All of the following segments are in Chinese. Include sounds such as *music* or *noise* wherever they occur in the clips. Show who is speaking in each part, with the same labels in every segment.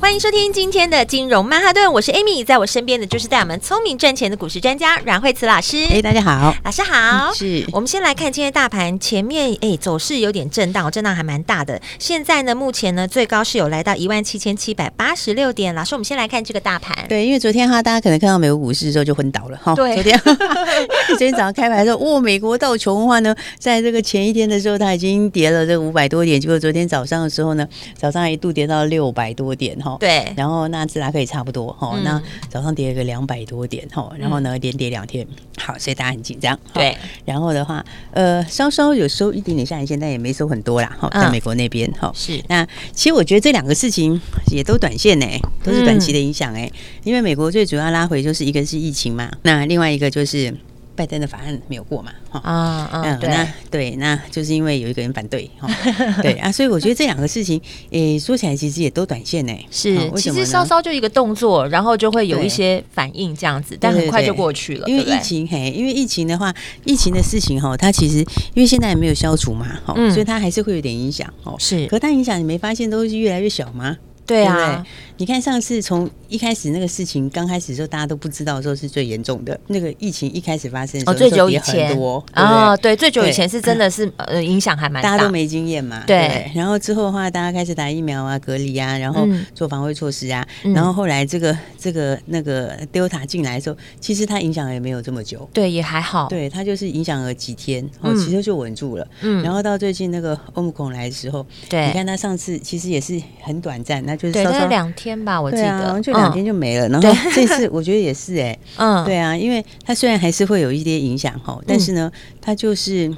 Speaker 1: 欢迎收听今天的金融曼哈顿，我是 Amy，在我身边的就是带我们聪明赚钱的股市专家阮慧慈老师。
Speaker 2: 哎、大家好，
Speaker 1: 老师好，
Speaker 2: 是
Speaker 1: 我们先来看今天大盘前面，哎，走势有点震荡，震荡还蛮大的。现在呢，目前呢，最高是有来到一万七千七百八十六点。老师，我们先来看这个大盘，
Speaker 2: 对，因为昨天哈，大家可能看到美国股市的时候就昏倒了哈。
Speaker 1: 对
Speaker 2: 昨天 *laughs* 昨天早上开盘的时候，哇，美国道琼的话呢，在这个前一天的时候，它已经跌了这五百多点，结果昨天早上的时候呢，早上还一度跌到六百多点哈。。
Speaker 1: 对，
Speaker 2: 然后纳斯达克也差不多哈、
Speaker 1: 嗯
Speaker 2: 那早上跌了个两百多点哈，然后呢连跌两天，好，所以大家很紧张。哈
Speaker 1: 对，
Speaker 2: 然后的话，呃，稍稍有收一点点下影线，但也没收很多啦哈，在
Speaker 1: 嗯
Speaker 2: 美国那边哈、
Speaker 1: 是
Speaker 2: 那其实我觉得这两个事情也都短线呢、都是短
Speaker 1: 嗯
Speaker 2: 期的影响哎、因为美国最主要拉回就是一个是疫情嘛，那另外一个就是拜登的法案没有过嘛，哈、
Speaker 1: 啊，嗯，对，
Speaker 2: 那对，那就是因为有一个人反对，哈、 *laughs* 对啊，所以我觉得这两个事情，诶、说起来其实也都短线呢、
Speaker 1: 是
Speaker 2: 哦，为
Speaker 1: 其实
Speaker 2: 什么呢
Speaker 1: 稍稍就一个动作，然后就会有
Speaker 2: 对
Speaker 1: 一些反应这样子，但很快就过去了，
Speaker 2: 因
Speaker 1: 对
Speaker 2: 为
Speaker 1: 不对
Speaker 2: 疫情，嘿，因为疫情的话，疫情的事情哈，它其实因为现在还没有消除嘛，哈、
Speaker 1: 嗯
Speaker 2: 所以它还是会有点影响哦。
Speaker 1: 是
Speaker 2: 可它影响你没发现都是越来越小吗？
Speaker 1: 对
Speaker 2: 对不
Speaker 1: 啊
Speaker 2: 对，你看上次从一开始那个事情刚开始的时候，大家都不知道的时候是最严重的。那个疫情一开始发生的时
Speaker 1: 哦，
Speaker 2: 候，
Speaker 1: 最久
Speaker 2: 那时候
Speaker 1: 以
Speaker 2: 跌
Speaker 1: 前
Speaker 2: 很多
Speaker 1: 啊，
Speaker 2: 啊，
Speaker 1: 对，最久以
Speaker 2: 对
Speaker 1: 前是真的
Speaker 2: *clears throat*
Speaker 1: 是呃影响还蛮大，
Speaker 2: 大家都没经验嘛，
Speaker 1: 对
Speaker 2: 不然后之后的话，大家开始打疫苗啊、隔离啊，然后
Speaker 1: 嗯
Speaker 2: 做防卫措施啊。
Speaker 1: 嗯
Speaker 2: 然后后来这个这个那个 Delta 进来的时候，其实它影响也没有这么久。
Speaker 1: 对，也还好，
Speaker 2: 对，它就是影响了几天，哦，
Speaker 1: 嗯
Speaker 2: 其实就稳住了。
Speaker 1: 嗯
Speaker 2: 然后到最近那个欧姆孔来的时候，
Speaker 1: 对
Speaker 2: 你看它上次其实也是很短暂，那就是
Speaker 1: 对，
Speaker 2: 稍
Speaker 1: 大概
Speaker 2: 稍
Speaker 1: 两天吧，我记
Speaker 2: 对啊，好
Speaker 1: 得嗯
Speaker 2: 像就两天，就没了。然
Speaker 1: 对
Speaker 2: 后 *laughs* 这次我觉得也是哎、
Speaker 1: 嗯，嗯嗯
Speaker 2: 对啊，因为它虽然还是会有一些影响哈，但是呢，它就是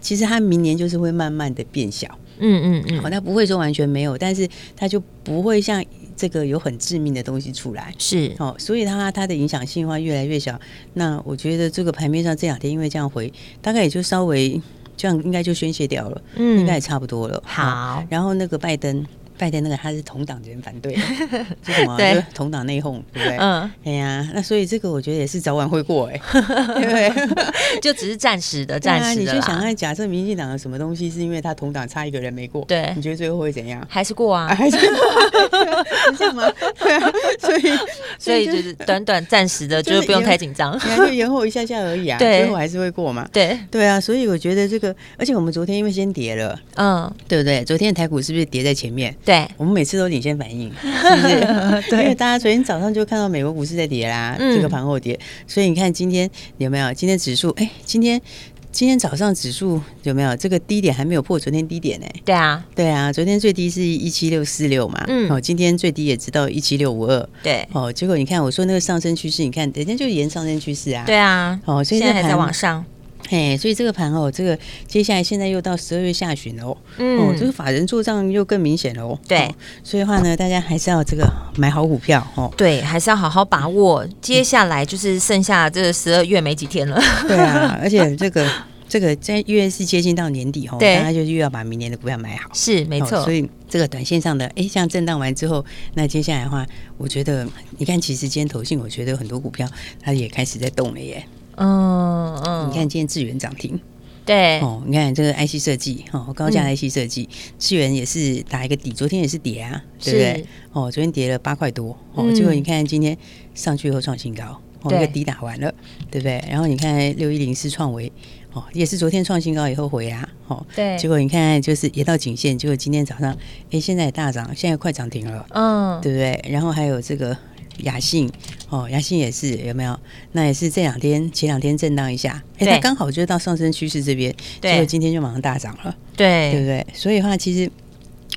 Speaker 2: 其实它明年就是会慢慢的变小，
Speaker 1: 嗯嗯
Speaker 2: 哦，
Speaker 1: 嗯，
Speaker 2: 它不会说完全没有，但是它就不会像这个有很致命的东西出来。
Speaker 1: 是，
Speaker 2: 哦，所以它它的影响性的话越来越小。那我觉得这个盘面上这两天因为这样回，大概也就稍微这样应该就宣泄掉了，
Speaker 1: 嗯
Speaker 2: 应该也差不多了。哦
Speaker 1: 好，
Speaker 2: 然后那个拜登，拜登那个他是同党的人反对
Speaker 1: *laughs*
Speaker 2: 的，就什么
Speaker 1: 对
Speaker 2: 就是同党内讧，对不对？
Speaker 1: 嗯，
Speaker 2: 哎呀，那所以这个我觉得也是早晚会过
Speaker 1: *laughs*
Speaker 2: 哎、对不对？
Speaker 1: 就只是暂时的，
Speaker 2: 对
Speaker 1: 暂
Speaker 2: 啊，
Speaker 1: 时
Speaker 2: 你
Speaker 1: 的
Speaker 2: 就想
Speaker 1: 啦，
Speaker 2: 看，假设民进党有什么东西是因为他同党差一个人没过，
Speaker 1: 对
Speaker 2: 你觉得最后会怎样？
Speaker 1: 还是过啊，
Speaker 2: *laughs* 还是是这
Speaker 1: *laughs*
Speaker 2: 样吗？对啊，所以
Speaker 1: 所以
Speaker 2: *laughs*
Speaker 1: 就是短短暂时的，
Speaker 2: 就
Speaker 1: 就是是不用
Speaker 2: 延
Speaker 1: 太紧
Speaker 2: *laughs*
Speaker 1: 张，
Speaker 2: 你看就延后一下下而已啊，
Speaker 1: 对
Speaker 2: 最后还是会过嘛。
Speaker 1: *laughs* 对，
Speaker 2: 对啊，所以我觉得这个，而且我们昨天因为先跌了，
Speaker 1: 嗯，
Speaker 2: 对不对？昨天的台股是不是跌在前面？
Speaker 1: 对，
Speaker 2: 我们每次都领先反
Speaker 1: *laughs*
Speaker 2: 应，是不是？因为大家昨天早上就看到美国股市在跌啦，
Speaker 1: 嗯
Speaker 2: 这个盘后跌，所以你看今天有没有？今天指数，哎、今天今天早上指数有没有？这个低点还没有破昨天低点呢、
Speaker 1: 对啊，
Speaker 2: 对啊，昨天最低是一七六四六嘛，
Speaker 1: 嗯
Speaker 2: 哦，今天最低也只到一七六五二，
Speaker 1: 对，
Speaker 2: 哦，结果你看我说那个上升趋势，你看人家就沿上升趋势啊，
Speaker 1: 对啊，
Speaker 2: 哦，所以
Speaker 1: 现
Speaker 2: 这哦
Speaker 1: 在还在
Speaker 2: 盘
Speaker 1: 往上，
Speaker 2: 嘿，所以这个盘哦，这个接下来现在又到十二月下旬了哦，
Speaker 1: 嗯
Speaker 2: 哦，这个法人做账又更明显了哦，
Speaker 1: 对，
Speaker 2: 哦所以的话呢，大家还是要这个买好股票哦
Speaker 1: *laughs* 对，还是要好好把握，
Speaker 2: 嗯
Speaker 1: 接下来就是剩下这十二月没几天了，
Speaker 2: 对啊，而且这个这个在越是接近到年底哦，
Speaker 1: 对
Speaker 2: 大家就越要把明年的股票买好，
Speaker 1: 是没
Speaker 2: 哦
Speaker 1: 错
Speaker 2: 所，以这个短线上的，哎，像震荡完之后，那接下来的话，我觉得你看，其实今天投信，我觉得有很多股票它也开始在动了耶，
Speaker 1: 嗯嗯，
Speaker 2: 你看今天智源涨停。
Speaker 1: 对，嗯
Speaker 2: 哦，你看这个 IC 设计，哦，高价的 IC 设计，资源也是打一个底，昨天也是跌啊，对不
Speaker 1: 是
Speaker 2: 对？哦，昨天跌了八块多，哦，
Speaker 1: 嗯
Speaker 2: 结果你看今天上去以后创新高，哦，
Speaker 1: 对
Speaker 2: 一个底打完了，对不对？然后你看六一零四创维，哦，也是昨天创新高以后回啊，哦，
Speaker 1: 对
Speaker 2: 结果你看就是也到颈线，结果今天早上，哎，现在也大涨，现在快涨停了，
Speaker 1: 嗯，
Speaker 2: 对不对？然后还有这个雅信，哦，雅信也是有没有？那也是这两天前两天震荡一下，哎，
Speaker 1: 对
Speaker 2: 它刚好就到上升趋势这边，
Speaker 1: 对
Speaker 2: 结果今天就马上大涨了，对不
Speaker 1: 对，
Speaker 2: 对？所以的话，其实。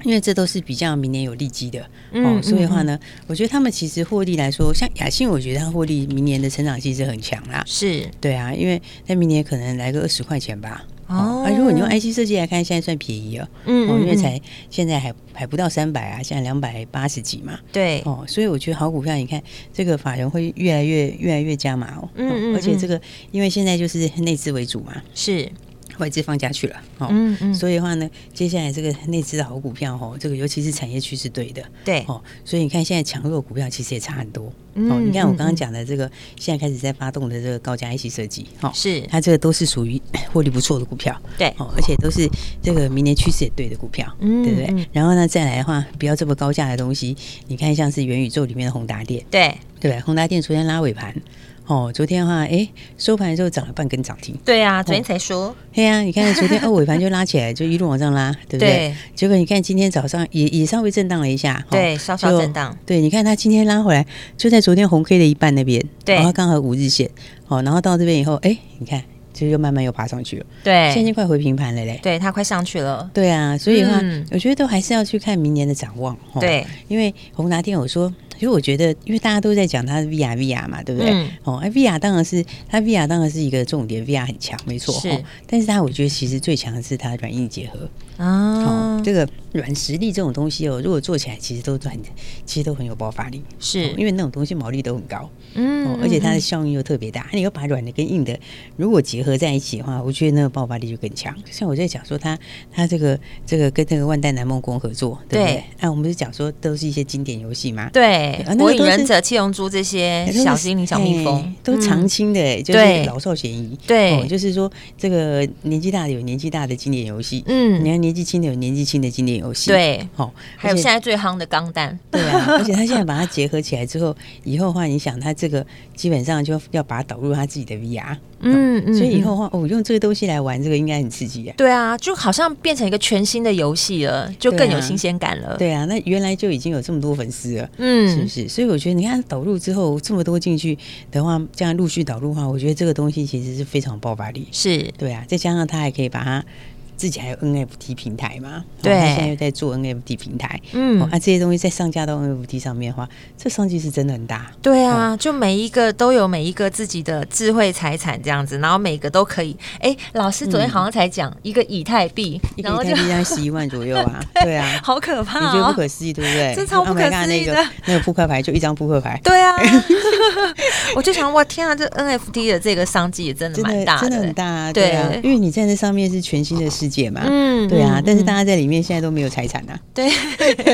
Speaker 2: 因为这都是比较明年有利基的、
Speaker 1: 嗯
Speaker 2: 哦，所以的话呢，我觉得他们其实获利来说，像雅信，我觉得它获利明年的成长性是很强啦。
Speaker 1: 是
Speaker 2: 对啊，因为在明年可能来个二十块钱吧，哦，啊，如果你用 IC 设计来看，现在算便宜了，
Speaker 1: 嗯
Speaker 2: 哦，因为
Speaker 1: 嗯
Speaker 2: 才现在还还不到三百啊，现在两百八十几嘛，
Speaker 1: 对，
Speaker 2: 哦，所以我觉得好股票，你看这个法人会越来越越来越加码哦，
Speaker 1: 嗯
Speaker 2: 哦
Speaker 1: 嗯
Speaker 2: 而且
Speaker 1: 嗯
Speaker 2: 这个因为现在就是内资为主嘛，
Speaker 1: 是，
Speaker 2: 外资放假去了，哦，
Speaker 1: 嗯嗯，
Speaker 2: 所以的话呢，接下来这个内资的好股票哦，这个尤其是产业趋势对的
Speaker 1: 对，
Speaker 2: 哦，所以你看现在强弱股票其实也差很多、哦。
Speaker 1: 哎嗯
Speaker 2: 你看我刚
Speaker 1: 嗯
Speaker 2: 刚
Speaker 1: 嗯
Speaker 2: 讲的这个，现在开始在发动的这个高价一起设计，哦，
Speaker 1: 是，
Speaker 2: 它这个都是属于 *coughs* 获利不错的股票，
Speaker 1: 对，
Speaker 2: 哦，而且都是这个明年趋势也对的股票，
Speaker 1: 嗯
Speaker 2: 对不对？
Speaker 1: 嗯
Speaker 2: 然后呢，再来的话，不要这么高价的东西，你看像是元宇宙里面的宏达电，
Speaker 1: 对，
Speaker 2: 对不对？宏达电昨天拉尾盘。哦，昨天的话，哎，收盘的时候涨了半根涨停。
Speaker 1: 对啊，昨天才说，
Speaker 2: 嘿呀、你看昨天啊二尾盘就拉起来，就一路往上拉，对不
Speaker 1: *laughs*
Speaker 2: 对？哦
Speaker 1: 对
Speaker 2: 结果你看今天早上也也稍微震荡了一下，哦
Speaker 1: 对，稍稍
Speaker 2: 就
Speaker 1: 震荡，
Speaker 2: 对，你看它今天拉回来，就在昨天红 K 的一半那边，
Speaker 1: 对
Speaker 2: 然后刚好五日线，哦，然后到这边以后，哎，你看，就又慢慢又爬上去了，现在已
Speaker 1: 对，
Speaker 2: 经快回平盘了嘞。
Speaker 1: 对，它快上去了，
Speaker 2: 对啊，所以的话，
Speaker 1: 嗯
Speaker 2: 我觉得都还是要去看明年的展望。哦，
Speaker 1: 对，
Speaker 2: 因为宏达电，我说，因为我觉得，因为大家都在讲它的 VR VR 嘛，对不对？
Speaker 1: 嗯
Speaker 2: 哦，哎，VR 当然是它 VR 当然是一个重点，VR 很强，没错。
Speaker 1: 是
Speaker 2: 哦但是它我觉得其实最强的是它的软硬结合。哦，
Speaker 1: 啊，
Speaker 2: 这个软实力这种东西哦，如果做起来其实都很，其实都很有爆发力，哦
Speaker 1: 是，
Speaker 2: 因为那种东西毛利都很高，哦
Speaker 1: 嗯，
Speaker 2: 而且它的
Speaker 1: 嗯
Speaker 2: 效应又特别大。你要把软的跟硬的如果结合在一起的话，我觉得那个爆发力就更强。像我在讲说它它这个这个跟那个万代南梦宫合作，对不
Speaker 1: 对
Speaker 2: 对？那、我们是讲说都是一些经典游戏嘛。
Speaker 1: 对
Speaker 2: 啊那，个
Speaker 1: 火影
Speaker 2: 都是
Speaker 1: 忍者、七龙珠这些
Speaker 2: 哎都
Speaker 1: 小
Speaker 2: 是
Speaker 1: 精灵、小蜜
Speaker 2: 哎
Speaker 1: 蜂
Speaker 2: 都常
Speaker 1: 嗯
Speaker 2: 青的、哎就是
Speaker 1: 对
Speaker 2: 老少咸宜。
Speaker 1: 对
Speaker 2: 哦就是说这个年纪大的有年纪大的经典游戏，
Speaker 1: 嗯
Speaker 2: 你看年纪轻的有年纪轻的经典游戏，，
Speaker 1: 对，
Speaker 2: 哦，
Speaker 1: 还有
Speaker 2: 而且
Speaker 1: 现在最夯的钢弹，
Speaker 2: *laughs* 对啊，而且他现在把它结合起来之后，以后的话，你想他这个基本上就要把它导入他自己的 VR，、
Speaker 1: 嗯嗯
Speaker 2: 所以以
Speaker 1: 嗯
Speaker 2: 后的话，哦，用这个东西来玩这个应该很刺激啊。
Speaker 1: 对啊，就好像变成一个全新的游戏了，就
Speaker 2: 对
Speaker 1: 更有
Speaker 2: 啊
Speaker 1: 新鲜感了。
Speaker 2: 对啊，那原来就已经有这么多粉丝了，是不
Speaker 1: 嗯，
Speaker 2: 是？所以我觉得你看导入之后这么多进去的话，这样陆续导入的话，我觉得这个东西其实是非常有爆发力。
Speaker 1: 是，
Speaker 2: 对啊，再加上他还可以把它自己还有 NFT 平台嘛，哦
Speaker 1: 对
Speaker 2: 他现在又在做 NFT 平台，哦，
Speaker 1: 嗯，
Speaker 2: 啊，这些东西再上架到 NFT 上面的话，这商机是真的很大。
Speaker 1: 对啊，就每一个都有每一个自己的智慧财产这样子，然后每个都可以。哎，老师昨天好像才讲一个以太币，
Speaker 2: 嗯一个
Speaker 1: 然后
Speaker 2: 台
Speaker 1: 就
Speaker 2: 币大概十一万左右啊，对啊，
Speaker 1: *laughs* 好可
Speaker 2: 你
Speaker 1: 怕
Speaker 2: 觉得不
Speaker 1: 哦。
Speaker 2: 可思议，对不对？
Speaker 1: 这超不可
Speaker 2: Oh my god，
Speaker 1: 思议的
Speaker 2: 那个那个扑克牌就一张扑克牌，
Speaker 1: 对
Speaker 2: *laughs*
Speaker 1: 啊，我就想，哇，天啊，这 NFT 的这个商机也 *laughs* 真的
Speaker 2: 真
Speaker 1: 蛮
Speaker 2: 的
Speaker 1: 大
Speaker 2: 真的
Speaker 1: 的
Speaker 2: 很。大啊，对啊
Speaker 1: 对，
Speaker 2: 因为你在那上面是全新的世界嘛。
Speaker 1: 嗯
Speaker 2: 对啊
Speaker 1: 嗯，
Speaker 2: 但是大
Speaker 1: 嗯
Speaker 2: 家在里面现在都没有财产呐、啊，
Speaker 1: 对
Speaker 2: *laughs*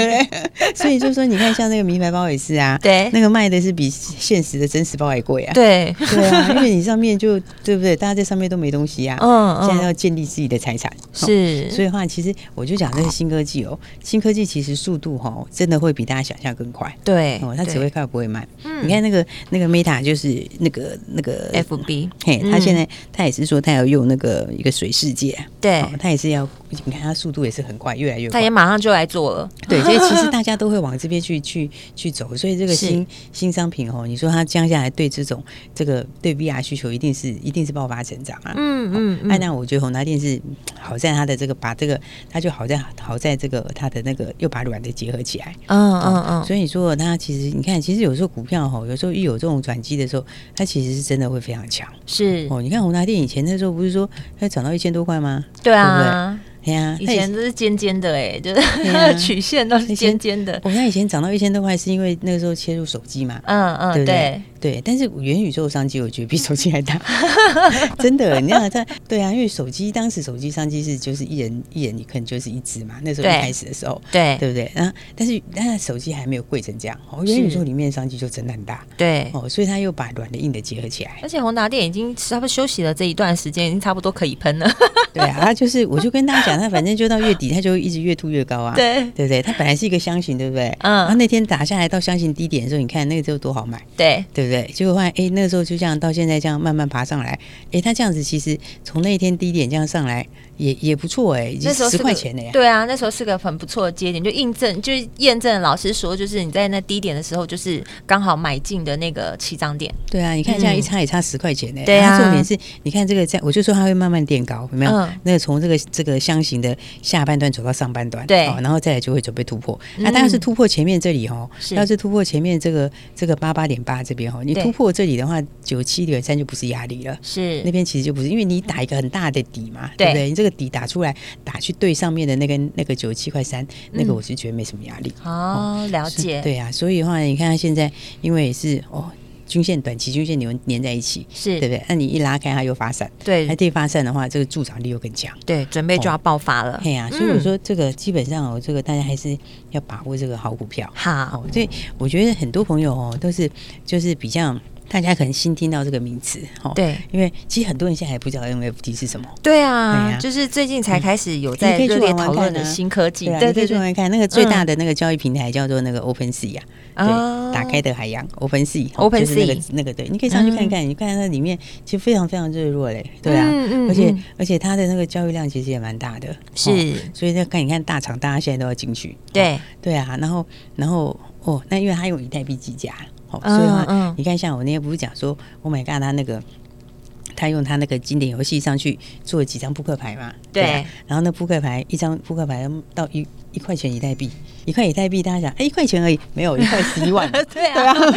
Speaker 2: 所以就说你看，像那个名牌包也是啊，
Speaker 1: 对
Speaker 2: 那个卖的是比现实的真实包还贵啊，
Speaker 1: 对，
Speaker 2: 对啊，因为你上面就对不对？大家在上面都没东西啊，
Speaker 1: 嗯
Speaker 2: 现在
Speaker 1: 嗯，
Speaker 2: 要建立自己的财产，哦所
Speaker 1: 是，
Speaker 2: 以的话，其实我就讲这个新科技哦，新科技其实速度哈、哦，真的会比大家想象更快
Speaker 1: 对，
Speaker 2: 哦，它只
Speaker 1: 哎对
Speaker 2: 会快不会慢。
Speaker 1: 嗯
Speaker 2: 你看那个那个 Meta 就是那个那个
Speaker 1: FB，
Speaker 2: 嘿，
Speaker 1: 嗯
Speaker 2: 他现在他也是说他要用那个一个水世界，
Speaker 1: 对
Speaker 2: 哦，他也是要，你看他速度也是很快，越来越
Speaker 1: 他也
Speaker 2: 快。
Speaker 1: 马上就来做了。 *laughs*
Speaker 2: 对，所以其实大家都会往这边去去去走，所以这个
Speaker 1: 是
Speaker 2: 新新商品哦，你说它降下来对这种这个对 VR 需求一定是一定是爆发成长啊。
Speaker 1: 嗯嗯嗯
Speaker 2: 哎、那我觉得宏达电是好在它的这个把这个，它就好在好在这个它的那个又把软的结合起来，
Speaker 1: 嗯嗯嗯，
Speaker 2: 所以你说它其实你看，其实有时候股票哈，有时候一有这种转机的时候，它其实是真的会非常强
Speaker 1: 是，
Speaker 2: 哦。你看宏达电以前那时候不是说它涨到一千多块吗？
Speaker 1: 对啊，
Speaker 2: 哎呀，
Speaker 1: 以
Speaker 2: 它
Speaker 1: 前都是尖尖的哎、就是
Speaker 2: 对
Speaker 1: 它的 *laughs*
Speaker 2: 啊
Speaker 1: 曲线都是
Speaker 2: 以
Speaker 1: 尖
Speaker 2: 前
Speaker 1: 尖的，
Speaker 2: 哦我它以前涨到一千多块是因为那个时候切入手机嘛。
Speaker 1: 嗯嗯，对
Speaker 2: 对不对？对，但是元宇宙的商机我觉得比手机
Speaker 1: *laughs*
Speaker 2: 还大，真的。你看它，对啊，因为手机当时手机商机是就是一人一人，你可能就是一只嘛。那时候一
Speaker 1: 对
Speaker 2: 开始的时候，
Speaker 1: 对
Speaker 2: 对不对？啊，但是那手机还没有贵成这样，哦，
Speaker 1: 是
Speaker 2: 元宇宙里面商机就真的很大
Speaker 1: 对
Speaker 2: 哦，所以它又把软的硬的结合起来。
Speaker 1: 而且宏达店已经差不多休息了这一段时间，已经差不多可以喷了。
Speaker 2: 对啊，它就是我就跟大家讲，它反正就到月底，它就一直越吐越高啊。。
Speaker 1: *laughs* 对
Speaker 2: 对不对？它本来是一个箱型，对不对？
Speaker 1: 嗯
Speaker 2: 然后那天打下来到箱型低点的时候，你看那个时候多好买，
Speaker 1: 对，
Speaker 2: 对不对？结果发现，哎，那个时候就这样到现在这样慢慢爬上来，哎，它这样子其实从那一天低点这样上来，也也不错哎、已经
Speaker 1: 那时候是
Speaker 2: 十
Speaker 1: 个
Speaker 2: 块钱了呀。
Speaker 1: 对啊，那时候是个很不错的节点，就印证，就是验证老师说，就是你在那低点的时候，就是刚好买进的那个起涨点。
Speaker 2: 对啊，你看这样
Speaker 1: 嗯
Speaker 2: 一差也差十块钱呢、
Speaker 1: 对啊
Speaker 2: 然后重点是，你看这个在，我就说它会慢慢垫高，有没有？
Speaker 1: 嗯
Speaker 2: 那个从这个这个箱型的下半段走到上半段，哦
Speaker 1: 对
Speaker 2: 然后再来就会准备突破。
Speaker 1: 嗯
Speaker 2: 那、当然是突破前面这里哦，
Speaker 1: 是
Speaker 2: 要是突破前面这个这个八八点八这边哦，你
Speaker 1: 对
Speaker 2: 突破这里的话，九七点三就不是压力了。
Speaker 1: 是
Speaker 2: 那边其实就不是，因为你打一个很大的底嘛，
Speaker 1: 对
Speaker 2: 对不对？你这个底打出来，打去对上面的那个那个九七块三，那个
Speaker 1: 嗯
Speaker 2: 我是觉得没什么压力。
Speaker 1: 哦，了
Speaker 2: 是
Speaker 1: 解，
Speaker 2: 对啊，所以的话，你看它现在，因为也是哦，均线、短期均线连连在一起，
Speaker 1: 是
Speaker 2: 对不对？那你一拉开它又发散，它
Speaker 1: 对
Speaker 2: 这一发散的话，这个助长力又更强。
Speaker 1: 对，准备就要爆发了。
Speaker 2: 哎呀、所以我说这个基本上哦，这个大家还是要把握这个好股票。
Speaker 1: 好，
Speaker 2: 哦，所以我觉得很多朋友哦，都是就是比较大家可能新听到这个名词，哦，，
Speaker 1: 对
Speaker 2: 因为其实很多人现在还不知道 NFT 是什么。
Speaker 1: 对啊
Speaker 2: 对啊
Speaker 1: 就是最近才开始有
Speaker 2: 你
Speaker 1: 在
Speaker 2: 可以去
Speaker 1: 热烈
Speaker 2: 玩玩
Speaker 1: 讨论
Speaker 2: 看
Speaker 1: 的
Speaker 2: 啊
Speaker 1: 新科技，
Speaker 2: 对啊，你可以去玩玩看，那个最大的那个交易平台叫做那个 OpenSea 啊，
Speaker 1: 嗯哦
Speaker 2: 对，打开的海洋 OpenSea，哦
Speaker 1: OpenSea 嗯
Speaker 2: 就是那个那个对，你可以上去看看，你看那里面其实非常非常热络嘞，对啊，
Speaker 1: 嗯嗯
Speaker 2: 而且
Speaker 1: 嗯
Speaker 2: 而且它的那个交易量其实也蛮大的，
Speaker 1: 是
Speaker 2: 哦所以那看你看大厂大家现在都要进去，哦
Speaker 1: 对，
Speaker 2: 对啊，然后然后哦，那因为它有以太币计价，哦，所以的
Speaker 1: 嗯嗯
Speaker 2: 话，你看像我那天不是讲说，Oh my god，它那个。他用他那个经典游戏上去做了几张扑克牌嘛，
Speaker 1: 对
Speaker 2: 啊然后那扑克牌一张扑克牌到一一块钱以太币，一块以太币，大家想，哎，一块钱而已，
Speaker 1: *laughs*
Speaker 2: 没有一块十一万， *laughs*
Speaker 1: 对啊
Speaker 2: 啊，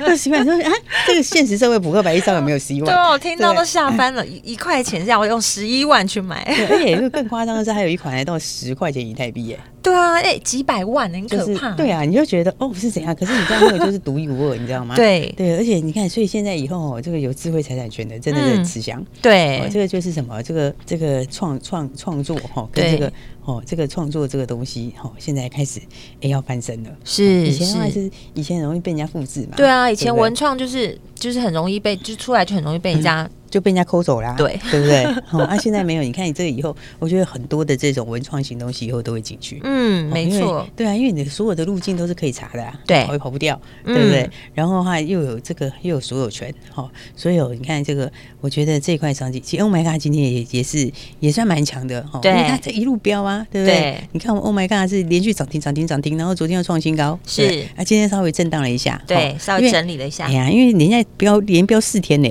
Speaker 2: 那十一万，你说啊，这个现实社会扑克牌一张有没有十一万？
Speaker 1: 对啊，我听到
Speaker 2: 对
Speaker 1: 都下翻了，一一块钱让我用十一万去买，
Speaker 2: 哎对，而且就更夸张的是，还有一款还到十块钱以太币耶，
Speaker 1: *laughs* 对啊，哎，几百万，很
Speaker 2: 就是
Speaker 1: 可怕，
Speaker 2: 对啊，你就觉得哦是怎样，可是你知道那个就是独一无二，你知道吗？
Speaker 1: 对
Speaker 2: 对，而且你看，所以现在以后哦，这个有智慧财产权的真的是
Speaker 1: 嗯
Speaker 2: 很吃香。哦，
Speaker 1: 对
Speaker 2: 这个就是什么？这个这个创创创作哈、哦，跟
Speaker 1: 对
Speaker 2: 这个哦，这个创作这个东西哈、哦，现在开始哎要翻身了。
Speaker 1: 是
Speaker 2: 以前的话
Speaker 1: 是
Speaker 2: 是以前容易被人家复制嘛，
Speaker 1: 对啊，以前
Speaker 2: 不对嗯
Speaker 1: 文创就是就是很容易被就出来就很容易被人家
Speaker 2: 就被人家抠走啦，
Speaker 1: 对
Speaker 2: 对不对？哦，啊，现在没有，你看你这个以后，我觉得很多的这种文创型东西以后都会进去。
Speaker 1: 嗯，
Speaker 2: 哦
Speaker 1: 没
Speaker 2: 因为
Speaker 1: 错，
Speaker 2: 对啊，因为你的所有的路径都是可以查的、啊，
Speaker 1: 对
Speaker 2: 跑也跑不掉，
Speaker 1: 嗯
Speaker 2: 对不对？然后的话又有这个又有所有权，好、哦，所有你看这个，我觉得这一块商机，其实 Oh my God 今天也也是也算蛮强的，哦，
Speaker 1: 对
Speaker 2: 因为它这一路飙啊，对不对？
Speaker 1: 对
Speaker 2: 你看我们 Oh my God 是连续涨停涨停涨停，然后昨天又创新高，
Speaker 1: 是
Speaker 2: 对不对啊，今天稍微震荡了一下，
Speaker 1: 对，
Speaker 2: 哦
Speaker 1: 稍微整。理了一下
Speaker 2: 因为哎，呀，因为人家飙连飙
Speaker 1: *laughs*
Speaker 2: 四天呢，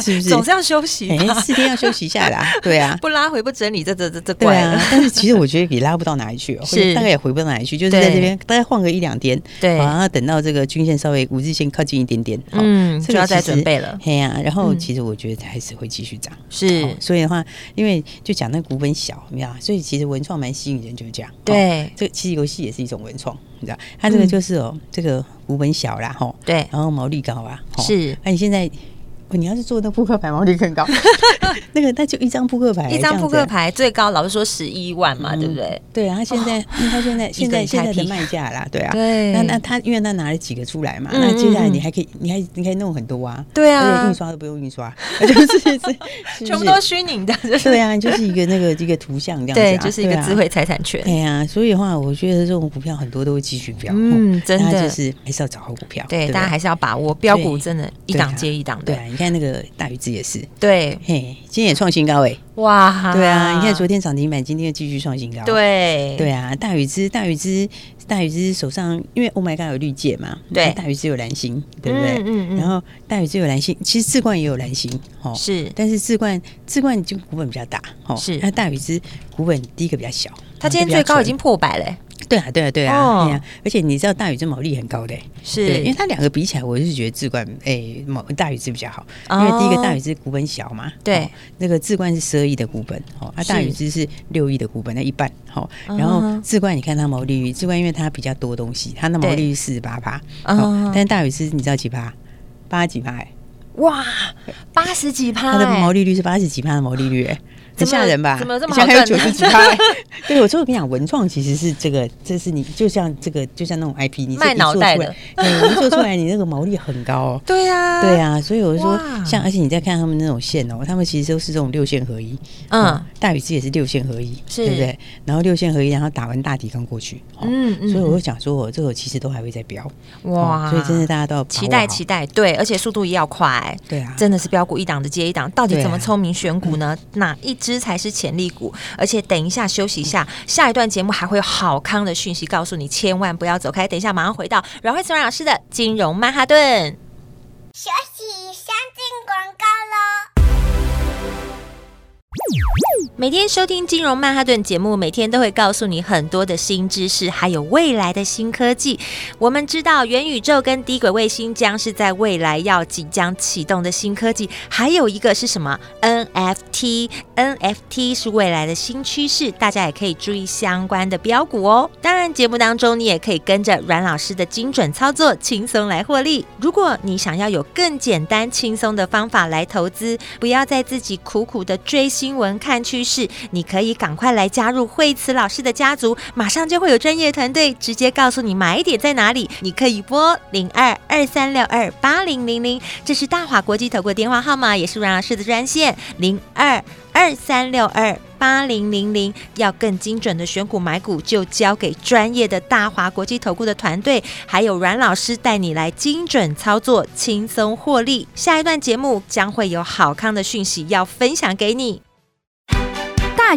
Speaker 2: 是不是？
Speaker 1: 总是要休息
Speaker 2: 哎、
Speaker 1: 吧，
Speaker 2: 四天要休息一下啦，对啊。
Speaker 1: 不拉回不整理，这这这这
Speaker 2: 对
Speaker 1: 怪 *laughs*
Speaker 2: 啊
Speaker 1: 了，，
Speaker 2: 但是其实我觉得也拉不到哪里
Speaker 1: *laughs*
Speaker 2: 去哦，或者
Speaker 1: 是
Speaker 2: 大概也回不到哪里去，就是
Speaker 1: 对
Speaker 2: 在这边大概晃个一两天，
Speaker 1: 对
Speaker 2: 好然后等到这个均线稍微五日线靠近一点点，哦
Speaker 1: 嗯，就要再准。
Speaker 2: 这个其实
Speaker 1: 备了，
Speaker 2: 嘿呀、然后
Speaker 1: 嗯
Speaker 2: 其实我觉得还是会继续涨，哦
Speaker 1: 是，
Speaker 2: 所以的话，因为就讲那股本小，你知道，啊所以其实文创蛮吸引人，就是这样。哦
Speaker 1: 对
Speaker 2: 这其实游戏也是一种文创，你知道，它这个
Speaker 1: 嗯
Speaker 2: 就是哦，这个股本小啦，吼，
Speaker 1: 对，
Speaker 2: 然后毛利高啊，吼
Speaker 1: 是
Speaker 2: 那、你现在，哦你要是做那扑克牌，毛利更
Speaker 1: *laughs*
Speaker 2: 高，那个那就一张扑克牌，
Speaker 1: 一
Speaker 2: 哎这
Speaker 1: 张
Speaker 2: 样
Speaker 1: 扑
Speaker 2: 子
Speaker 1: 克牌最高老师说十一万嘛，对不对？
Speaker 2: 对啊，他现在、他现在现在
Speaker 1: 哦一个以
Speaker 2: 现
Speaker 1: 太
Speaker 2: 在
Speaker 1: 币
Speaker 2: 的卖价啦，对啊，
Speaker 1: 对
Speaker 2: 那那他因为他拿了几个出来嘛，
Speaker 1: 嗯
Speaker 2: 那接下来
Speaker 1: 嗯嗯
Speaker 2: 你还可以，你还你可以弄很多啊，
Speaker 1: 对
Speaker 2: 而且
Speaker 1: 啊
Speaker 2: 印，刷都不用印刷， *laughs* 就是是是不
Speaker 1: 全部
Speaker 2: 是
Speaker 1: 都虚拟的，就是
Speaker 2: 对啊，就是一个那个一个图像这样子、啊，
Speaker 1: *laughs* 对，就是一个智。慧财产权
Speaker 2: 对啊，哎，呀、所以的话，我觉得这种股票很多都会继续飙，
Speaker 1: 嗯
Speaker 2: 哦
Speaker 1: 真的
Speaker 2: 大家就是还是要找好股票，
Speaker 1: 对，
Speaker 2: 不
Speaker 1: 大家还是要把握标股，真的，一
Speaker 2: 对啊
Speaker 1: 档接一档
Speaker 2: 对
Speaker 1: 的，
Speaker 2: 啊，你看那个大禹之也是，
Speaker 1: 对，
Speaker 2: 嘿，今天也创新高哎、
Speaker 1: 哇，
Speaker 2: 对啊，你看昨天涨停板，今天又继续创新高，
Speaker 1: 对
Speaker 2: 对啊，大禹之，大禹之，大禹之手上，因为 Oh my God 有绿界嘛，
Speaker 1: 对
Speaker 2: 那大禹之有蓝星，对不对？
Speaker 1: 嗯嗯嗯
Speaker 2: 然后大禹之有蓝星，其实智冠也有蓝星，哦，
Speaker 1: 是
Speaker 2: 但是智冠智冠就股本比较大，哦，
Speaker 1: 是
Speaker 2: 那大禹之股本第一个比较小，
Speaker 1: 它
Speaker 2: 哦
Speaker 1: 今天
Speaker 2: 就比
Speaker 1: 最
Speaker 2: 较
Speaker 1: 高已
Speaker 2: 纯
Speaker 1: 经破百嘞，
Speaker 2: 对啊，对啊，对
Speaker 1: 哦
Speaker 2: 啊，对啊，而且你知道大禹之毛利很高的，对，因为
Speaker 1: 是
Speaker 2: 它两个比起来，我是觉得智冠哎毛大禹之比较好，因为第一个大禹之股本小嘛，
Speaker 1: 哦对
Speaker 2: 哦那个智冠是十二亿的股本，哦，啊
Speaker 1: 是
Speaker 2: 大禹之是六亿的股本，那一半，好，然
Speaker 1: 嗯
Speaker 2: 后
Speaker 1: 哼
Speaker 2: 智冠你看它毛利率，智冠因为它比较多东西，它的毛利率四十八趴，
Speaker 1: 嗯哼
Speaker 2: 哦，但是大禹之你知道几趴？八几趴、欸，
Speaker 1: 哇，八十几趴
Speaker 2: 它的
Speaker 1: 欸
Speaker 2: 毛利率是八十几趴的毛利
Speaker 1: *laughs*
Speaker 2: 率、欸，
Speaker 1: 怎
Speaker 2: 很
Speaker 1: 么
Speaker 2: 吓人吧？
Speaker 1: 怎么这么
Speaker 2: 现在还有
Speaker 1: 好
Speaker 2: 九
Speaker 1: 赚
Speaker 2: 十几趴、 *laughs* 欸？对，我说我跟你讲，文创其实是这个，这是你就像这个，就像那种 IP，你这
Speaker 1: 卖
Speaker 2: 一
Speaker 1: 脑
Speaker 2: 做
Speaker 1: 袋
Speaker 2: 出
Speaker 1: 的
Speaker 2: 来，对，你做出来，你 *laughs* 那个毛利很高、哦。
Speaker 1: 对啊，
Speaker 2: 对，啊，所以我就说
Speaker 1: 哇，
Speaker 2: 像而且你再看他们那种线哦，他们其实都是这种六线合一，
Speaker 1: 嗯
Speaker 2: 哦，大禹之也是六线合一，
Speaker 1: 是
Speaker 2: 对不对？然后六线合一，然后打完大底刚过去，哦
Speaker 1: 嗯嗯
Speaker 2: 所以我就讲说，我这个其实都还会再飙，
Speaker 1: 哇，
Speaker 2: 哦所以真的大家都要把握
Speaker 1: 期待
Speaker 2: 好
Speaker 1: 期待，对，而且速度也要快，
Speaker 2: 对啊
Speaker 1: 真的是标股一档的接一档，到底
Speaker 2: 对啊
Speaker 1: 怎么聪明选股呢？哪一只才是潜力股。而且等一下休息一下，下一段节目还会有好康的讯息告诉你，千万不要走开。等一下马上回到阮慧慈阮老师的金融曼哈顿。
Speaker 3: 学习先进广告喽。
Speaker 1: 每天收听《金融曼哈顿》节目，每天都会告诉你很多的新知识，还有未来的新科技。我们知道元宇宙跟低轨卫星将是在未来要即将启动的新科技，还有一个是什么？NFT，NFT 是未来的新趋势，大家也可以注意相关的标股哦。当然，节目当中你也可以跟着阮老师的精准操作，轻松来获利。如果你想要有更简单、轻松的方法来投资，不要再自己苦苦的追新闻、看趋势，你可以赶快来加入惠慈老师的家族，马上就会有专业团队直接告诉你买点在哪里。你可以拨零二二三六二八零零零，这是大华国际投顾电话号码，也是阮老师的专线零二二三六二。八零零零要更精准的选股买股，就交给专业的大华国际投顾的团队，还有阮老师带你来精准操作，轻松获利。下一段节目将会有好康的讯息要分享给你。
Speaker 4: 大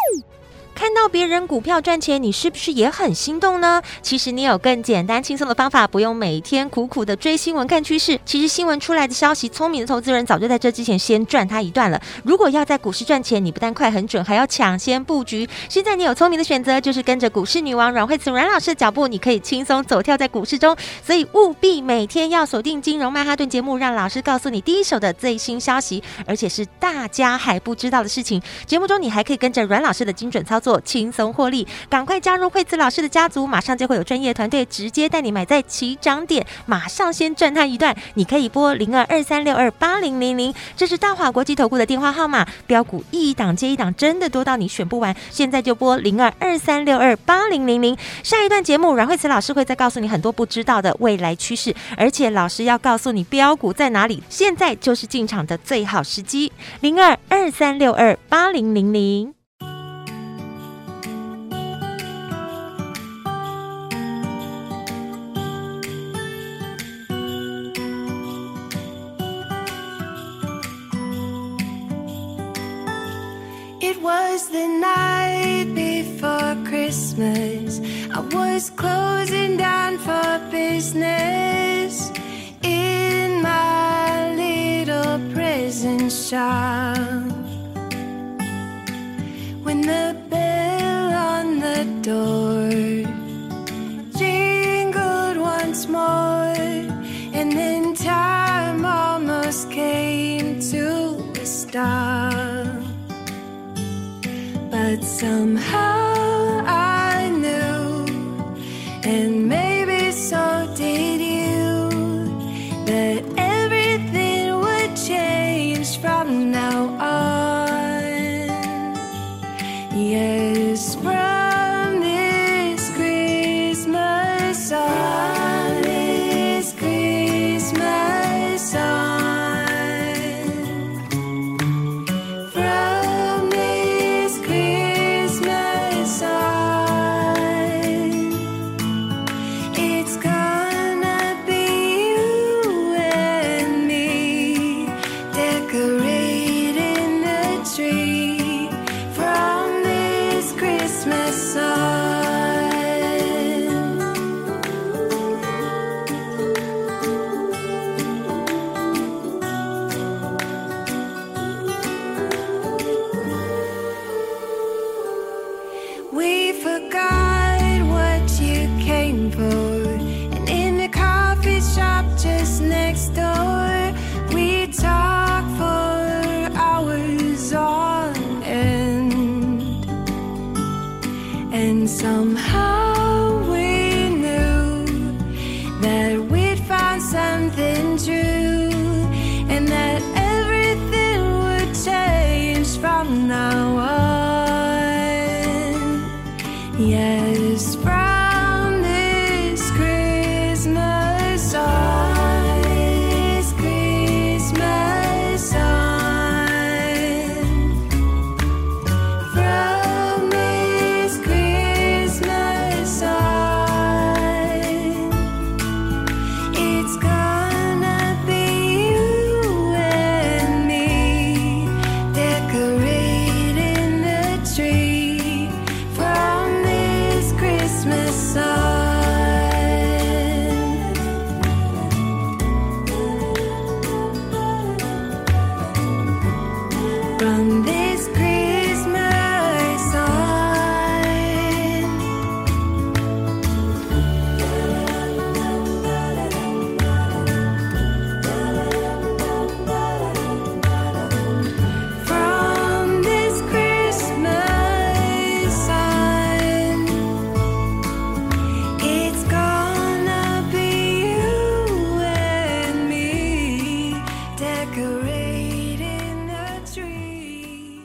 Speaker 1: 看到别人股票赚钱，你是不是也很心动呢？其实你有更简单轻松的方法，不用每天苦苦的追新闻看趋势。其实新闻出来的消息，聪明的投资人早就在这之前先赚它一段了。如果要在股市赚钱，你不但快很准，还要抢先布局。现在你有聪明的选择，就是跟着股市女王阮慧慈阮老师的脚步，你可以轻松走跳在股市中。所以务必每天要锁定《金融曼哈顿》节目，让老师告诉你第一手的最新消息，而且是大家还不知道的事情。节目中你还可以跟着阮老师的精准操作，轻松获利。赶快加入惠子老师的家族，马上就会有专业团队直接带你买在起涨点，马上先赚它一段。你可以拨零二二三六二八零零零，这是大华国际投顾的电话号码。标股一档接一档，真的多到你选不完。现在就拨零二二三六二八零零零。下一段节目，阮慧慈老师会再告诉你很多不知道的未来趋势，而且老师要告诉你标股在哪里，现在就是进场的最好时机。零二二三六二八零零零。
Speaker 5: It was the night before Christmas. I was closing down for business in my little prison shop. When the bell on the door jingled once more, and then time almost came to a stop. But somehow I knew, and maybe so did you, that everything would change from now on. Yes, from this Christmas on, this Christmas on. From this Christmas something true, and that everything would change from now on. Yes, brown is Christmas on, is Christmas on. From this Christmas on, it's gonna be you and me decorating the tree. From this Christmas on. From this Christmas on, from this Christmas on, it's gonna be you and me decorating the tree.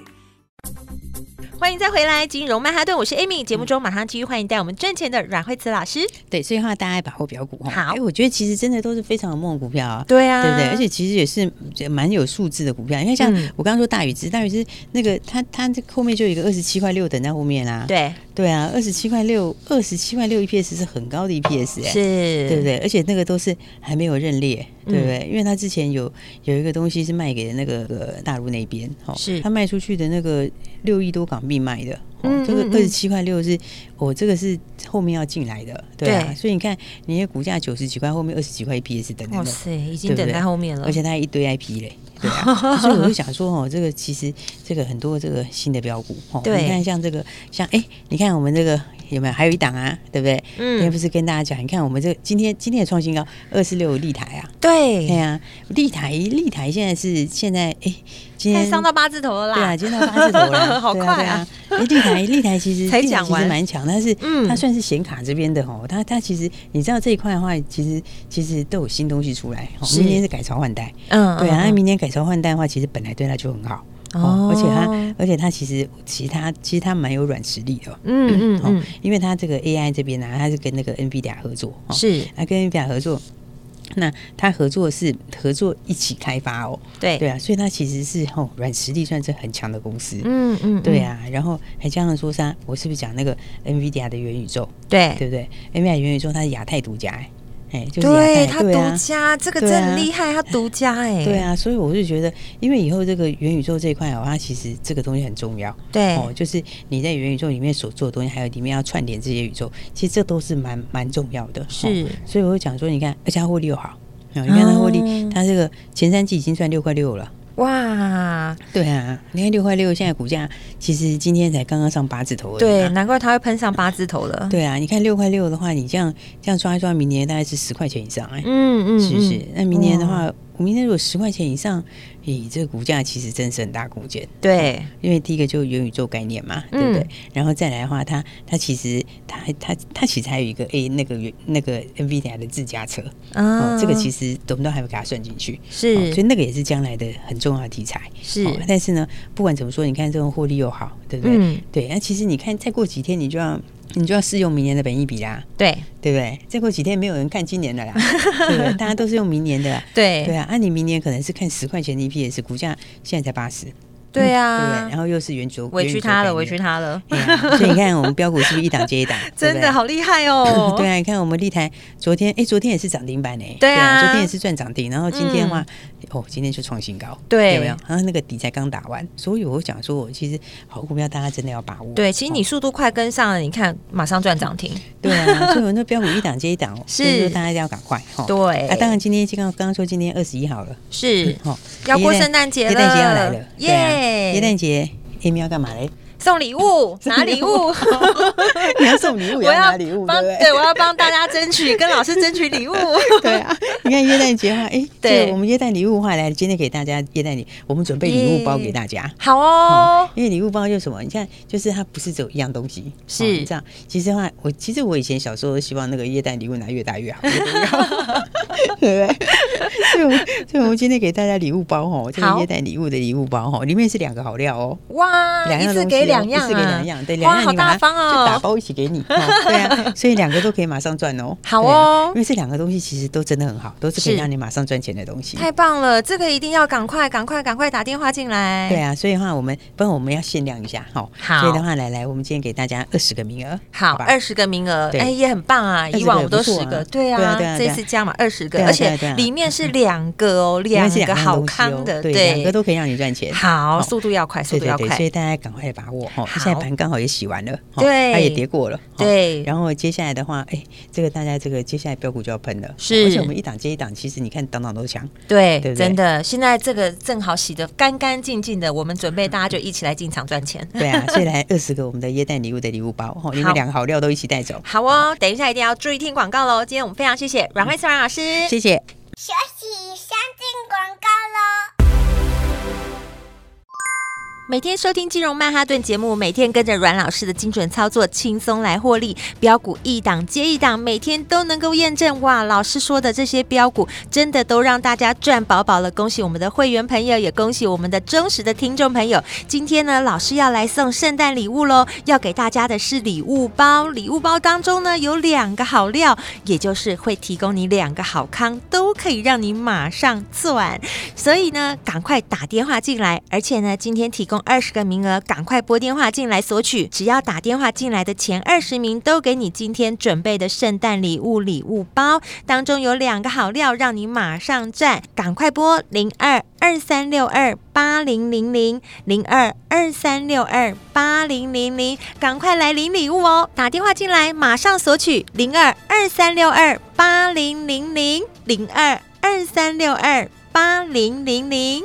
Speaker 1: 欢迎再回来，金融曼哈顿，我是 Amy。节目中马上继续欢迎带我们赚钱的阮慧慈老师。
Speaker 2: 对，所以的话大家把握标股哈。
Speaker 1: 好
Speaker 2: 哎我觉得其实真的都是非常有梦的股票啊。
Speaker 1: 对啊
Speaker 2: 对不对？而且其实也是蛮有素质的股票。你看，像
Speaker 1: 嗯
Speaker 2: 我刚刚说大禹之，大禹之那个它它这后面就有一个二十七块六等在后面啊。
Speaker 1: 对，
Speaker 2: 对啊，二十七块六，二十七块六 EPS 是很高的 EPS 哎、
Speaker 1: 是，
Speaker 2: 对不对？而且那个都是还没有认列，
Speaker 1: 嗯
Speaker 2: 对不对？因为他之前有有一个东西是卖给那个呃大陆那边，哦，
Speaker 1: 是
Speaker 2: 他卖出去的那个六亿多港币卖的，哦
Speaker 1: 嗯，
Speaker 2: 这个
Speaker 1: 嗯嗯
Speaker 2: 二十七块六是，我、这个是后面要进来的，对啊，
Speaker 1: 对
Speaker 2: 所以你看你的股价九十几块，后面二十几块 EPS 等等
Speaker 1: 哇
Speaker 2: 的。
Speaker 1: 塞，已
Speaker 2: 对
Speaker 1: 经
Speaker 2: 不
Speaker 1: 等
Speaker 2: 对
Speaker 1: 在后面了，
Speaker 2: 而且它还一堆 IP
Speaker 1: *laughs*
Speaker 2: 嘞，对啊，所以我就想说哦，这个其实这个很多这个新的标股哦，
Speaker 1: 对
Speaker 2: 你看像这个像哎，你看我们这个有没有还有一档啊，对不对？
Speaker 1: 嗯
Speaker 2: 今天不是跟大家讲，你看我们这个今天今天也创新高，二四六立台啊，对
Speaker 1: 对，
Speaker 2: 啊，立台立台现在是现在哎，今
Speaker 1: 太
Speaker 2: 天
Speaker 1: 伤到八字头了啦，
Speaker 2: 对啊，今天到八
Speaker 1: *laughs*
Speaker 2: 字头了，
Speaker 1: 好快
Speaker 2: 对啊！对啊哎立台立台其实
Speaker 1: 才
Speaker 2: 立台
Speaker 1: 讲
Speaker 2: 其实
Speaker 1: 完
Speaker 2: 蛮强，但是
Speaker 1: 嗯
Speaker 2: 它算是显卡这边的哦，它它其实你知道这一块的话，其实其实都有新东西出来，哦
Speaker 1: 是
Speaker 2: 明年是改朝换代，
Speaker 1: 嗯，
Speaker 2: 对啊，那
Speaker 1: 嗯
Speaker 2: 明年改朝换代的话，其实本来对它就很好。
Speaker 1: 哦
Speaker 2: 而且它，而且它其实，其实它，其实它蛮有软实力的。
Speaker 1: 嗯嗯
Speaker 2: 哦
Speaker 1: 嗯，，
Speaker 2: 因为它这个 AI 这边呢、啊它是跟那个 NVIDIA 合作，哦，
Speaker 1: 是
Speaker 2: 它跟 NVIDIA 合作，那它合作是合作一起开发哦，
Speaker 1: 对
Speaker 2: 对啊，所以它其实是哦软实力算是很强的公司，
Speaker 1: 嗯嗯，
Speaker 2: 对
Speaker 1: 呀，
Speaker 2: 啊，然后还加上说啥，我是不是讲那个 NVIDIA 的元宇宙，
Speaker 1: 对。
Speaker 2: 对不对？NVIDIA 元宇宙它是亚太独家、哎哎，就是亚
Speaker 1: 对
Speaker 2: 太
Speaker 1: 他
Speaker 2: 啊
Speaker 1: 独家，这个
Speaker 2: 对
Speaker 1: 真
Speaker 2: 啊
Speaker 1: 的厉害，他独家哎，
Speaker 2: 对啊，所以我就觉得，因为以后这个元宇宙这一块哦，它其实这个东西很重要。
Speaker 1: 对
Speaker 2: 哦，就是你在元宇宙里面所做的东西，还有里面要串联这些宇宙，其实这都是蛮蛮重要的。哦
Speaker 1: 是
Speaker 2: 所以我就讲说，你看，而且它获利又好，哦你看它获利，
Speaker 1: 哦
Speaker 2: 它这个前三季已经赚六块六了。
Speaker 1: 哇，
Speaker 2: 对啊，你看六块六，现在股价其实今天才刚刚上八字头而已、啊
Speaker 1: 对，。啊难怪他会喷上八字头了，
Speaker 2: 对啊，你看六块六的话，你这样这样抓一抓，明年大概是十块钱以上哎、
Speaker 1: 嗯嗯，
Speaker 2: 是不是
Speaker 1: 嗯？
Speaker 2: 那明年的话，我明年如果十块钱以上，咦，这个股价其实真是很大空间。
Speaker 1: 对，
Speaker 2: 因为第一个就是元宇宙概念嘛，
Speaker 1: 嗯
Speaker 2: 对不对？然后再来的话，它它其实它还它它其实还有一个 A 那个元那个 NVIDIA 的自家车，
Speaker 1: 啊
Speaker 2: 哦，这个其实我们都还没给它算进去，哦所以
Speaker 1: 是
Speaker 2: 那个也是将来的很重要的题材。
Speaker 1: 是
Speaker 2: 哦但是呢，不管怎么说，你看这种获利又好，对不对？
Speaker 1: 嗯
Speaker 2: 对，那其实你看，再过几天你就要你就要试用明年的本益比啦。
Speaker 1: 对
Speaker 2: 对不对？再过几天没有人看今年的啦，对不对？大家都是用明年的啦。
Speaker 1: *laughs* 对
Speaker 2: 对啊，那、你明年可能是看十块钱的 EPS，股价现在才八十，
Speaker 1: 对
Speaker 2: 对不
Speaker 1: 啊
Speaker 2: 对？然，后又是原主，
Speaker 1: 委屈他了，委屈
Speaker 2: 他。
Speaker 1: 他了，
Speaker 2: *laughs* 对啊所以你看，我们标股是不是一档接一档？
Speaker 1: *laughs*
Speaker 2: 对
Speaker 1: 真
Speaker 2: 不对
Speaker 1: 的。好厉害哦，
Speaker 2: *laughs* 对啊，你看我们立台昨天，哎，昨天也是涨停板哎，
Speaker 1: 对啊嗯
Speaker 2: 昨天也是赚涨停，然后今天的话，哦，今天就创新高，
Speaker 1: 对
Speaker 2: 有没有？然后那个底才刚打完，所以我讲说，我其实好股票大家真的要把握。
Speaker 1: 对，其实你
Speaker 2: 哦
Speaker 1: 速度快跟上了，你看马上赚涨停，
Speaker 2: 对啊，所以我那标股一档接一档哦，
Speaker 1: 是
Speaker 2: 所以说大家一定要赶快哈。哦
Speaker 1: 对
Speaker 2: 啊，当然今天刚刚刚说今天二十一号了，
Speaker 1: 是
Speaker 2: 哦，
Speaker 1: 要过
Speaker 2: 耶诞
Speaker 1: 圣诞节了
Speaker 2: 耶诞节要来了，对啊
Speaker 1: 耶
Speaker 2: 耶诞节 Amy 要干嘛嘞？ *laughs*
Speaker 1: 送礼物，拿礼物，
Speaker 2: 你要送礼物，也
Speaker 1: 我
Speaker 2: 要拿礼物，对
Speaker 1: 帮
Speaker 2: 不对？
Speaker 1: 我要帮大家争取，跟老师争取
Speaker 2: *laughs*
Speaker 1: 礼物。 *laughs*
Speaker 2: 对啊，你看耶诞节的话，哎，
Speaker 1: 对
Speaker 2: 这个我们耶诞礼物的话，来今天给大家耶诞礼，我们准备礼物包给大家。
Speaker 1: 好哦，
Speaker 2: 因为礼物包就是什么？你看，就是它不是只有一样东西，
Speaker 1: 是
Speaker 2: 哦你这样。其实的话，我其实我以前小时候都希望那个耶诞礼物拿越
Speaker 1: *laughs*
Speaker 2: 大越好，越多越好 *laughs* 对不对？ *laughs* 所以我，所以我们今天给大家礼物包哦，这
Speaker 1: 好
Speaker 2: 个耶诞礼物的礼物包哦，里面是两个好料哦，
Speaker 1: 哇，
Speaker 2: 两
Speaker 1: 一
Speaker 2: 样
Speaker 1: 次
Speaker 2: 东西
Speaker 1: 给
Speaker 2: 哦
Speaker 1: 两样
Speaker 2: 一
Speaker 1: 啊，
Speaker 2: 次给两样，对，两
Speaker 1: 哇，
Speaker 2: 样
Speaker 1: 好
Speaker 2: 你把它
Speaker 1: 大方
Speaker 2: 就打
Speaker 1: 哦。
Speaker 2: 包一起给你，哦
Speaker 1: *laughs*
Speaker 2: 对啊，所以两个都可以马上赚哦。
Speaker 1: 好
Speaker 2: 对啊
Speaker 1: 哦
Speaker 2: 因为这两个东西其实都真的很好，都是可
Speaker 1: 是
Speaker 2: 以让你马上赚钱的东西。
Speaker 1: 太棒了，这个一定要赶快、赶快、赶快打电话进来。
Speaker 2: 对，啊，所以的话，我们不然我们要限量一下哈。
Speaker 1: 好
Speaker 2: 所以的话，来来，我们今天给大家二十个名额，
Speaker 1: 好，
Speaker 2: 吧
Speaker 1: 二十个名额，
Speaker 2: 对
Speaker 1: 哎，也很棒啊。
Speaker 2: 20
Speaker 1: 以往我
Speaker 2: 个
Speaker 1: 们都
Speaker 2: 也不
Speaker 1: 十
Speaker 2: 错啊
Speaker 1: 个，对
Speaker 2: 对
Speaker 1: 啊
Speaker 2: 啊对，啊
Speaker 1: 这
Speaker 2: 对啊
Speaker 1: 次加码二十个，
Speaker 2: 对啊
Speaker 1: 而
Speaker 2: 对
Speaker 1: 且
Speaker 2: 啊对啊
Speaker 1: 里面是两个哦，
Speaker 2: 因为是
Speaker 1: 个
Speaker 2: 样
Speaker 1: 好
Speaker 2: 东西哦
Speaker 1: 康的，
Speaker 2: 对，两个都可以让你赚钱。
Speaker 1: 好，
Speaker 2: 哦
Speaker 1: 速度要快，速
Speaker 2: 对
Speaker 1: 度
Speaker 2: 对
Speaker 1: 要
Speaker 2: 对，
Speaker 1: 快
Speaker 2: 所。以大家赶快把握哦！
Speaker 1: 好
Speaker 2: 现在盘刚好也洗完了，哦
Speaker 1: 对
Speaker 2: 它也跌过了，哦
Speaker 1: 对
Speaker 2: 然后接下来的话，哎，这个大家这个接下来标股就要喷了，
Speaker 1: 是
Speaker 2: 而且我们一档接一档，其实你看档档都强，
Speaker 1: 对，
Speaker 2: 对不对
Speaker 1: 真的，现在这个正好洗得干干净净的，我们准备大家就一起来进场赚钱。*laughs*
Speaker 2: 对啊，所以来二十个我们的椰蛋礼物的礼物包，哦，你
Speaker 1: 好
Speaker 2: 们两个好料都一起带走，
Speaker 1: 好哦，等一下一定要注意听广告喽。今天我们非常谢谢阮慧慈阮老师，
Speaker 2: 谢谢。
Speaker 3: 学习先进广告喽。
Speaker 1: 每天收听金融曼哈顿节目，每天跟着阮老师的精准操作，轻松来获利。标股一档接一档，每天都能够验证。哇，老师说的这些标股，真的都让大家赚饱饱了。恭喜我们的会员朋友，也恭喜我们的忠实的听众朋友。今天呢，老师要来送圣诞礼物喽，要给大家的是礼物包。礼物包当中呢，有两个好料，也就是会提供你两个好康，都可以让你马上赚。所以呢，赶快打电话进来，而且呢，今天提供二十个名额，赶快拨电话进来索取。只要打电话进来的前二十名，都给你今天准备的圣诞礼物礼物包，当中有两个好料，让你马上赚。赶快拨零二二三六二八零零零零二二三六二八零零零，赶快来领礼物哦！打电话进来，马上索取零二二三六二八零零零零二二三六二八零零零。